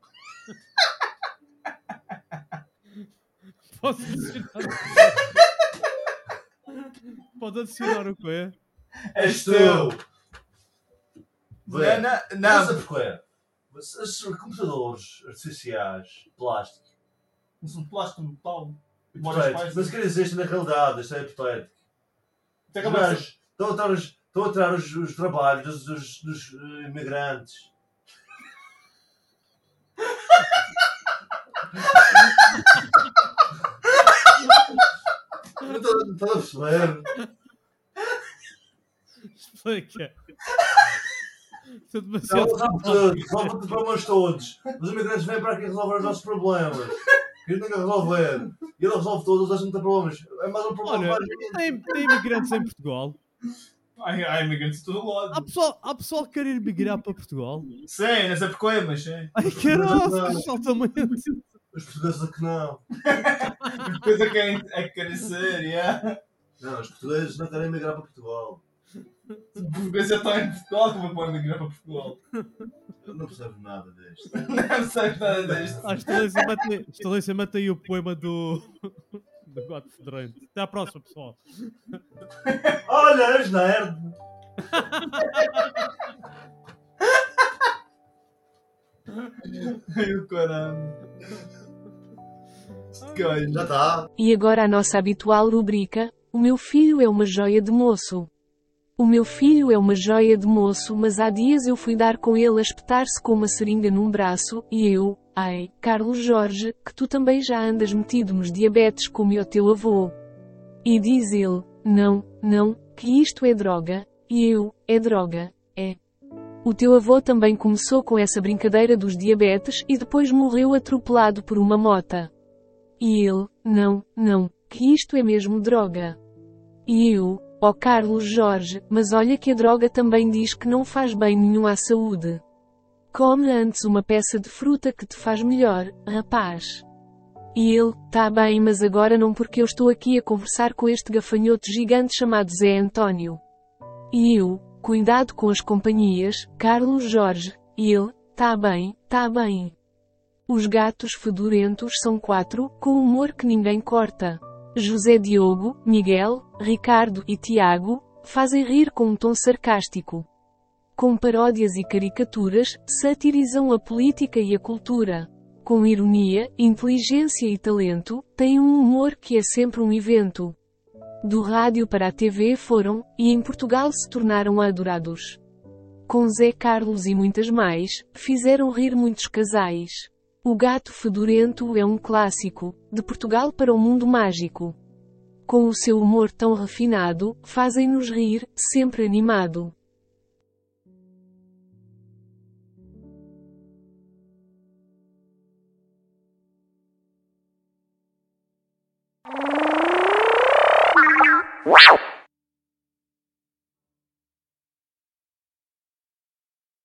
[SPEAKER 2] Posso adicionar. Pode adicionar o quê?
[SPEAKER 3] És tu. Não,
[SPEAKER 4] Vê.
[SPEAKER 3] não,
[SPEAKER 4] Não
[SPEAKER 3] não.
[SPEAKER 4] sei porquê. Mas os computadores artificiais, plástico,
[SPEAKER 3] Não sou de plástico, um de metal. Bora,
[SPEAKER 4] hipotético,
[SPEAKER 3] faz.
[SPEAKER 4] mas que não existe na realidade, isto é hipotético.
[SPEAKER 3] Até
[SPEAKER 4] Os
[SPEAKER 3] acabar
[SPEAKER 4] gajos Estão a tirar os, estão a tirar os, os trabalhos dos, dos, dos, eh, imigrantes. Não estou- não estou a perceber.
[SPEAKER 2] Explica. Estou
[SPEAKER 4] Não,
[SPEAKER 2] demasiado.
[SPEAKER 4] não sabe tudo, resolve os problemas todos. Os imigrantes vêm para aqui resolver os nossos problemas. E eles nunca resolver. E ele resolve todos, eles acham que não tem problemas. É mais um problema
[SPEAKER 2] Olha,
[SPEAKER 4] para a gente.
[SPEAKER 2] tem, tem imigrantes em Portugal.
[SPEAKER 3] Ai, ai, imigrantes de todo
[SPEAKER 2] Há
[SPEAKER 4] Ah.
[SPEAKER 3] lado.
[SPEAKER 2] pessoal, há pessoal que quer ir migrar para Portugal.
[SPEAKER 3] Sim, não sei porquê, mas sim.
[SPEAKER 2] Ai, caralho, saltamente.
[SPEAKER 4] Os portugueses é que não.
[SPEAKER 3] Depois é que querem, é que querem ser, yeah.
[SPEAKER 4] Não, os portugueses não querem migrar para Portugal.
[SPEAKER 3] Porque já estão em Portugal, como é que vão migrar para Portugal?
[SPEAKER 4] Eu não percebo nada disto.
[SPEAKER 3] Não sabes nada disto.
[SPEAKER 2] Ah, Estalência, mete- Estalência, mete aí o poema do. do Gato Fedorento. Até à próxima, pessoal.
[SPEAKER 4] Olha, és nerd.
[SPEAKER 3] Ai, o caramba. Que olho.
[SPEAKER 4] Já tá. está.
[SPEAKER 6] E agora a nossa habitual rubrica: O meu filho é uma joia de moço. O meu filho é uma joia de moço, mas há dias eu fui dar com ele a espetar-se com uma seringa num braço, e eu, ai, Carlos Jorge, que tu também já andas metido nos diabetes como é o teu avô. E diz ele: Não, não, que isto é droga, e eu, é droga, é. O teu avô também começou com essa brincadeira dos diabetes e depois morreu atropelado por uma mota. E ele, não, não, que isto é mesmo droga. E eu, ó Carlos Jorge, mas olha que a droga também diz que não faz bem nenhum à saúde. Come antes uma peça de fruta que te faz melhor, rapaz. E ele, tá bem, mas agora não porque eu estou aqui a conversar com este gafanhoto gigante chamado Zé António. E eu, cuidado com as companhias, Carlos Jorge. E ele, tá bem, tá bem. Os gatos fedorentos são quatro, com humor que ninguém corta. José Diogo, Miguel, Ricardo e Tiago fazem rir com um tom sarcástico. Com paródias e caricaturas, satirizam a política e a cultura. Com ironia, inteligência e talento, têm um humor que é sempre um evento. Do rádio para a TV foram, e em Portugal se tornaram adorados. Com Zé Carlos e muitas mais, fizeram rir muitos casais. O Gato Fedorento é um clássico, de Portugal para o mundo mágico. Com o seu humor tão refinado, fazem-nos rir, sempre animado.